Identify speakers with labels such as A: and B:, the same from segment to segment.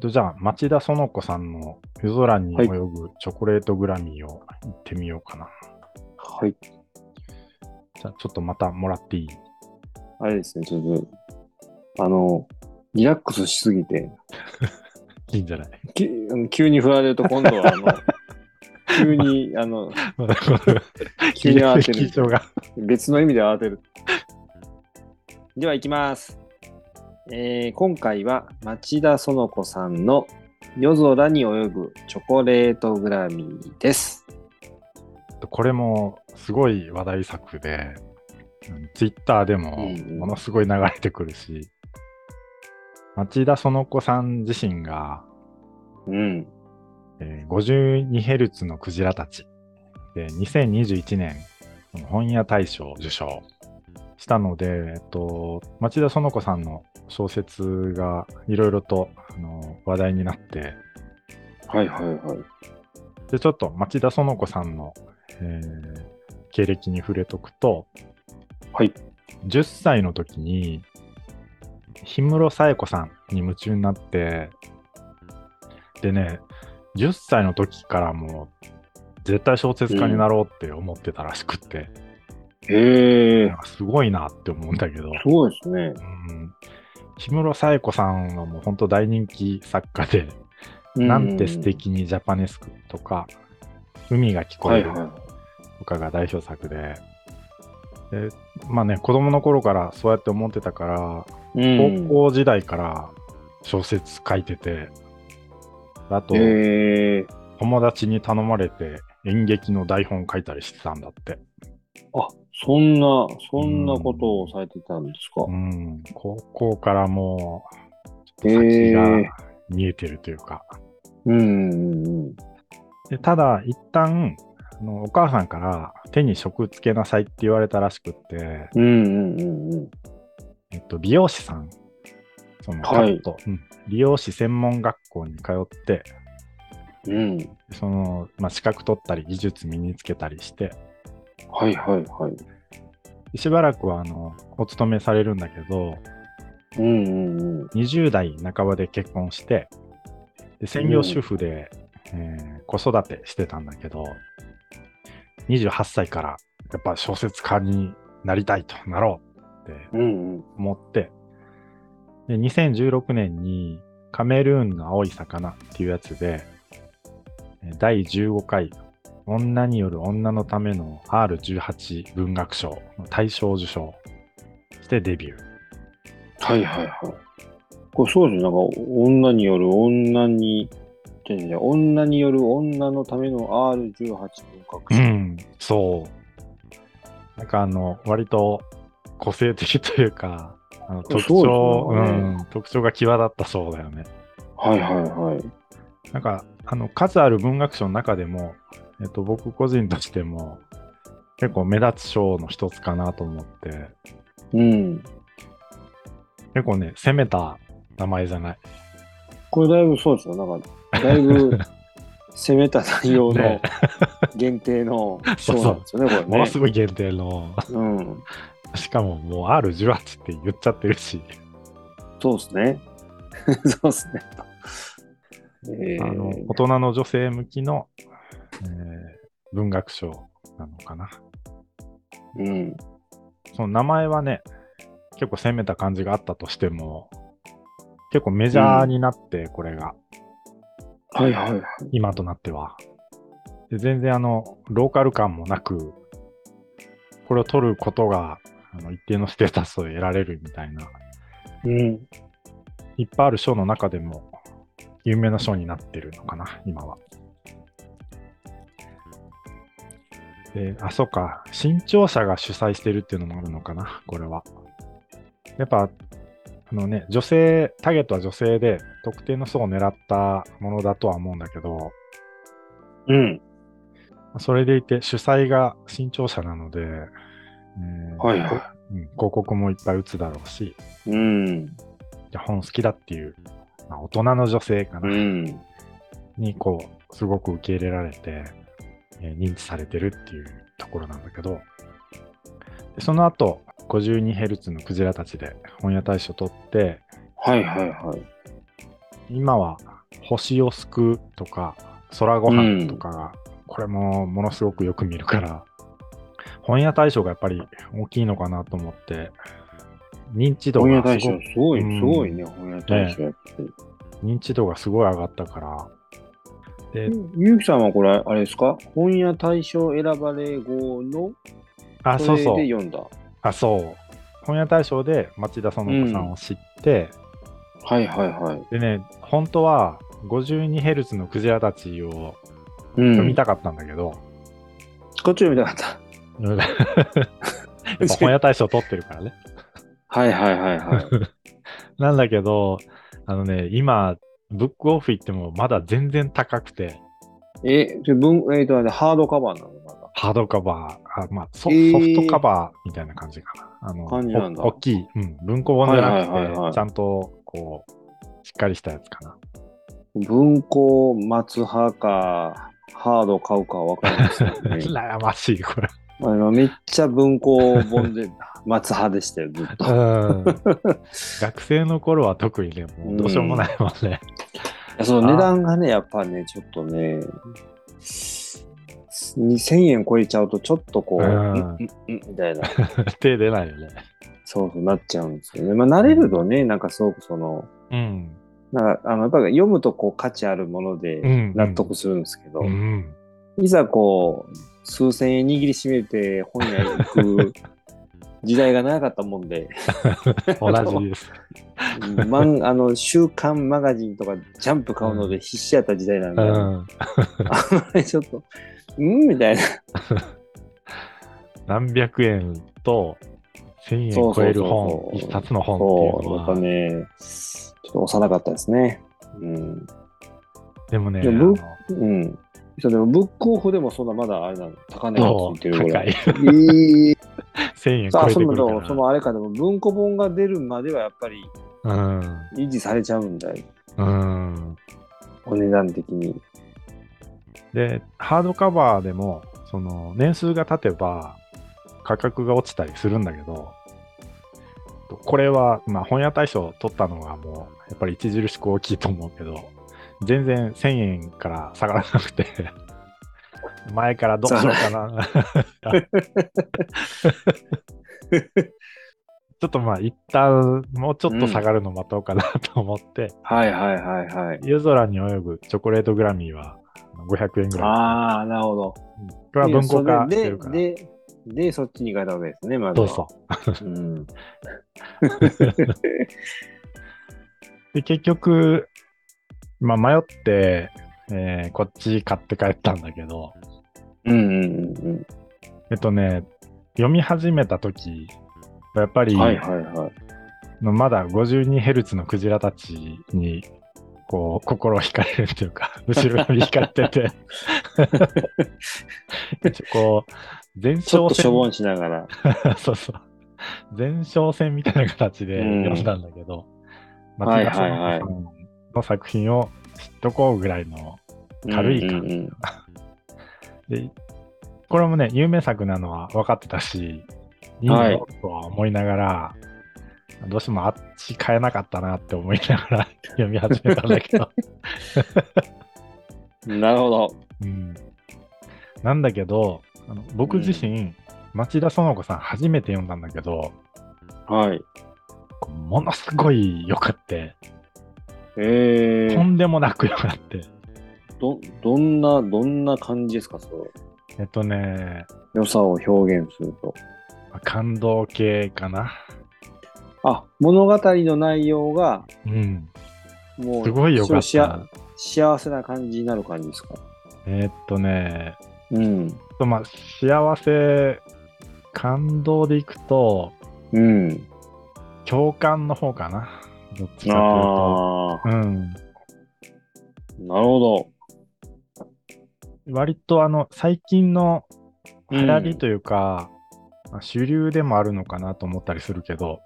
A: とじゃあ、町田園子さんの夜空に泳ぐチョコレートグラミーを行ってみようかな。
B: はい。
A: じゃあ、ちょっとまたもらっていい
B: あれですね、ちょっと、あの、リラックスしすぎて、
A: いいんじゃ ない
B: きあの急に振られると今度は、あ の、急に、あの、急に慌てる
A: 緊。張が。
B: 別の意味で慌てる。では行きます。えー今回は町田園子さんの夜空に泳ぐチョコレートグラミーです。
A: これもすごい話題作で、ツイッターでも
B: うんうん
A: ものすごい流れてくるし、町田園子さん自身が、
B: うん。
A: えー 52Hz のクジラたちで2021年その本屋大賞を受賞したので、えっと、町田園子さんの小説がいろいろとあの話題になって
B: はいはいはい。
A: でちょっと町田園子さんの、えー経歴に触れとくと、
B: はい。
A: 10歳の時に氷室冴子さんに夢中になってでね10歳の時からもう絶対小説家になろうって思ってたらしくって、
B: へえ
A: なん、かすごいなって思うんだけど、
B: すごいですね。
A: うん、氷室冴子さんはもう本当大人気作家で「
B: う
A: なんて素。敵にジャパネスク」とか「海が聞こ
B: は
A: え
B: い
A: る」
B: はい。
A: とかが代表作で。でまあね、子供の頃からそうやって思ってたから
B: うん
A: 高校時代から小説書いてて、あと、
B: へえ
A: 友達に頼まれて演劇の台本書いたりしてたんだって。
B: あそんな、そんなことをされてたんですか
A: う。ん、高校からもう、
B: へ
A: 先
B: え
A: が見えてるというか。
B: うんうんうん。
A: でただ、一旦あの、お母さんから手に職つけなさいって言われたらしくって、
B: うんうんうんうん。
A: えっと、美容師さん、そのカ
B: はい
A: ット、うん美容師専門学校に通って、
B: うん。
A: その、まあ、資格取ったり、技術身につけたりして、
B: はいはいはい。
A: しばらくはあのお勤めされるんだけど、
B: うんうんうん。
A: 20代半ばで結婚して、で専業主婦で、えー子育てしてたんだけど、28歳からやっぱ小説家になりたいとなろうって
B: うんうん。
A: 思って、で2016年にカメルーンの青い魚っていうやつで、えー第15回女による女のための R18 文学賞の大賞を受賞してデビュー。
B: はいはいはい。これそうですね。なんか、女による女に、じゃあじゃあ女による女のための R18 の格
A: う
B: 差。
A: ん、そう。なんかあの、割と個性的というか、あの特徴
B: そうですね
A: うん、特徴が際立ったそうだよね。
B: はいはいはい。
A: なんか、あの、数ある文学賞の中でも、えっと、僕個人としても、結構目立つ賞の一つかなと思って、
B: うん。
A: 結構ね、攻めた名前じゃない。
B: これだいぶそうですね。なんか、だいぶ攻めた内容の
A: ね
B: 限定の
A: そう
B: そうなんですよね、こ
A: も
B: れ
A: の
B: ね
A: す。ごい限定の、
B: うん。
A: しかももう R18 って言っちゃってるし、
B: そうですね。 そうですね。えー
A: あの大人の女性向きの、えー文学賞なのかな。
B: うん。
A: その名前はね、結構攻めた感じがあったとしても、結構メジャーになって、これが、
B: はいはいはい。
A: 今となっては。で全然あの、ローカル感もなく、これを取ることが、あの一定のステータスを得られるみたいな、
B: うん。
A: いっぱいある賞の中でも、有名な賞になってるのかな、今は。で、あ、そうか、新潮社が主催してるっていうのもあるのかな、これは。やっぱ、あのね、女性、ターゲットは女性で、特定の層を狙ったものだとは思うんだけど、
B: うん。
A: それでいて、主催が新潮社なので、うん
B: はいは
A: うん広告もいっぱい打つだろうし、
B: い。うん。
A: いや本好きだっていう、まあ、大人の女性かな、
B: うん。
A: にこうすごく受け入れられて、えー認知されてるっていうところなんだけどでその後 52Hz のクジラたちで本屋大賞取って
B: はいはいはい。
A: 今は星をすくとか空ご飯とかが、これもものすごくよく見るから本屋大賞がやっぱり大きいのかなと思って認知度
B: 本屋
A: が
B: 大
A: す
B: 賞
A: ごく、
B: すごい、
A: うん
B: すごいね、本屋大賞やって。
A: 認知度がすごい上がったからで
B: ゆうきさんはこれ、あれですか本屋大賞選ばれ号の
A: あそうそ
B: れ
A: う
B: で読んだ。
A: あそう本屋大賞で町田園子さんを知って、
B: はいはいはい。
A: でね本当は 52Hz のクジラたちを
B: うん
A: 読みたかったんだけど、
B: こっち読みたかった。
A: やっぱ本屋大賞取ってるからね。
B: はいはいはいはい。
A: なんだけど、あのね、今、ブックオフ行ってもまだ全然高くて、
B: え、それ文、えっ、と、あれハードカバーなのまだ。
A: ハードカバー、あまあソ、
B: えー
A: ソフトカバーみたいな感じかな。あの
B: 感じなんだ
A: お大きい、うん、文庫本じゃなくて、
B: はいはいはいはい
A: ちゃんとこう、しっかりしたやつかな。
B: 文庫待つ派か、ハード買うかわからないですよ ね。
A: 悩ましい、これ。
B: あのめっちゃ文庫本で待つ派でしたよ、ずっと。
A: 学生の頃は特にね、もうどうしようもないもん ね。
B: そ
A: あ
B: う、
A: ー
B: 値段がね、やっぱね、ちょっとね、2000円超えちゃうと、ちょっとこ
A: う
B: う、
A: ん
B: んんんみたいな、
A: 手出ないよね。
B: そうそうなっちゃうんですよね。まあ、慣れるとね、なんかすごくその、
A: うん。
B: なんか、あの、やっぱり読むとこう価値あるもの
A: う
B: で
A: ん。
B: 納得するんですけど、
A: うん。
B: いざこう、数千円握りしめて本屋へ行く時代が長かったも んで、
A: 同じ です。
B: マンあの週刊マガジンとかジャンプ買うので必死やった時代なん
A: う
B: で、あん
A: ん。
B: まりちょっと、うんみたいな。
A: 何百円と1000円
B: そ
A: 超
B: うそうそう
A: える本、一冊の本っていうの
B: そう、やっぱ
A: は、
B: ね、ちょっと幼かったですね。うん。
A: でもね、
B: でも
A: あの
B: うん。そう、でもブックオフでもそんなまだあれなの、高値が
A: そ
B: ついうてるぐ
A: 高
B: らい。
A: い。
B: ええ
A: 1000円
B: さ
A: 超
B: あ、
A: えて
B: そ
A: く
B: の
A: る
B: そ
A: か
B: そのあれか、でも文庫本が出るまではやっぱり
A: ら。
B: 維持されちゃうんだよ、
A: うん。うん。
B: お値段的に。
A: で、ハードカバーでも、その、年数が経てば、価格が落ちたりするんだけど、これは、まあ、本屋大賞取ったのがもう、やっぱり著しく大きいと思うけど、全然1000円から下がらなくて、 前からどうしようかな。 ちょっとまあ、一旦、もうちょっと下がるの待とうかなと思って、
B: はいはいはいはい。
A: 夜空に泳ぐチョコレートグラミーは500円ぐらい。
B: ああ、なるほど。
A: うんこれは文庫化して
B: で
A: るから。
B: ででで、そっちに変えたわけですね、まず
A: そ
B: は。。
A: うそう
B: うん、
A: う。で、結局、まあ、迷って、えーこっち買って帰ったんだけど、
B: うんうんうん
A: えっとね、読み始めた時やっぱ
B: う
A: り、
B: ん。はいはいはい。
A: まだ 52Hz のクジラたちに、こう、心を惹かれるっていうか、 後ろに惹かれて て、ちょこう、前
B: ちょっ
A: 哨
B: としょ
A: 戦
B: ぼんしながら。
A: そうそう。前哨戦みたいな形で
B: うん
A: 読んだんだけど、
B: はい
A: 松
B: は
A: 田
B: いはい
A: さんの作品を知っとこうぐらいの。軽い感
B: うんうんうん
A: で、これもね、有名作なのは分かってたし、いい
B: はい
A: なとは思いながら、どうしてもあっち変えなかったなって思いながら 読み始めたんだ けど、
B: なるほど。
A: うん、なんだけど、あの僕自身、町田園子さん初めて読んだんだけど、
B: はい。
A: こうものすごい良くって、
B: え
A: と
B: ー、
A: んでもなく良くって、
B: ど、どんな、どんな感じですか、その
A: えっとね、
B: 良さを表現すると。
A: 感動系かな。
B: あ、物語の内容が、
A: うん。
B: もう、
A: すごいよかっ
B: しあ
A: た。
B: 幸せな感じになる感じですか。
A: えーっとね、
B: うん。
A: とまあ、幸せ、感動でいくと、
B: うん。
A: 共感の方かな。どっちか
B: ああ、
A: というと。うん。
B: なるほ
A: 割とあの、最近の
B: うん
A: 流行りというか、まあ主流でもあるのかなと思ったりするけど、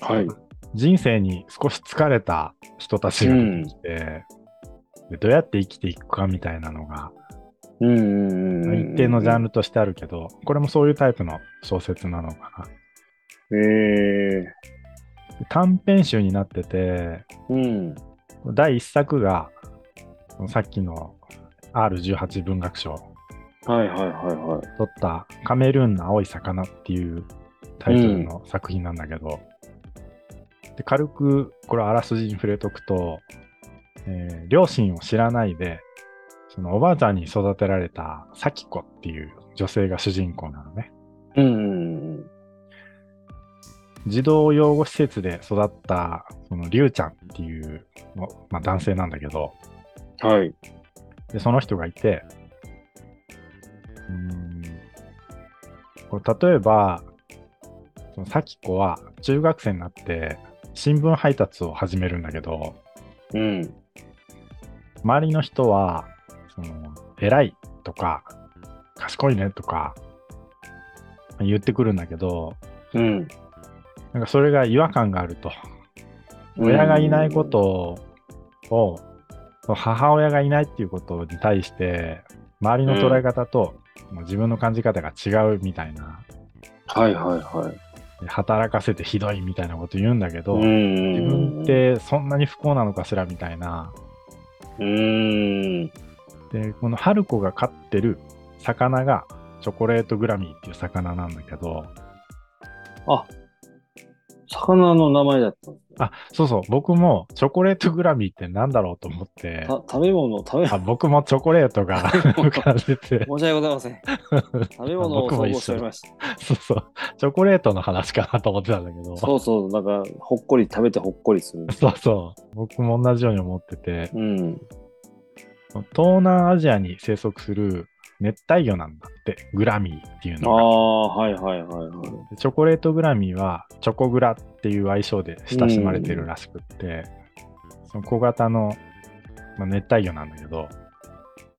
B: ど。はい。
A: 人生に少し疲れた人たちが出てきて、でどうやって生きていくかみたいなのが、
B: うんうんうんうんうん。
A: 一定のジャンルとしてあるけど、これもそういうタイプの小説なのか
B: ええ
A: な。短編集になってて、
B: うん。
A: 第1作が、さっきの R18 文学賞
B: はいはいはいはい。
A: 撮ったカメルーンの青い魚っていうタイトルの作品なんだけど、で軽くこれあらすじに触れとくと、えー両親を知らないでそのおばあちゃんに育てられた咲子っていう女性が主人公なのね
B: うん。
A: 児童養護施設で育ったそのりゅうちゃんっていうの、まあ、男性なんだけど
B: はい。
A: でその人がいてうーんこれ例えばその咲子は中学生になって新聞配達を始めるんだけど
B: うん。
A: 周りの人はその偉いとか賢いねとか言ってくるんだけど
B: うん。
A: なんかそれが違和感があると親がいないことを、母親がいないっていうことに対して、周りの捉え方と、もう自分の感じ方が違うみたいな、
B: はいはいはい。
A: 働かせてひどいみたいなこと言うんだけど、
B: ん
A: 自分ってそんなに不幸なのかしらみたいな。
B: うん。
A: で、この春子が飼ってる魚が、チョコレートグラミーっていう魚なんだけど、
B: あ、魚の名前だったんですね
A: あ、そうそう、僕もチョコレートグラミーってなんだろうと思って
B: た、食べ物、食べ
A: あ僕もチョコレート が浮かんでて、
B: 申し訳ございません。食べ物を想像しておりました。
A: そうそう。チョコレートの話かなと思ってたんだけど。そ
B: そうそう、なんか、ほっこり食べてほっこりする
A: う。そう僕も同じように思ってて、
B: うん。
A: 東南アジアに生息する熱帯魚なんだって、グラミーっていう
B: あ
A: のが。
B: あ、はいはいはいはい。
A: チョコレートグラミーはチョコグラっていう愛称で親しまれてるらしくって、その小型の、まあ熱帯魚なんだけど、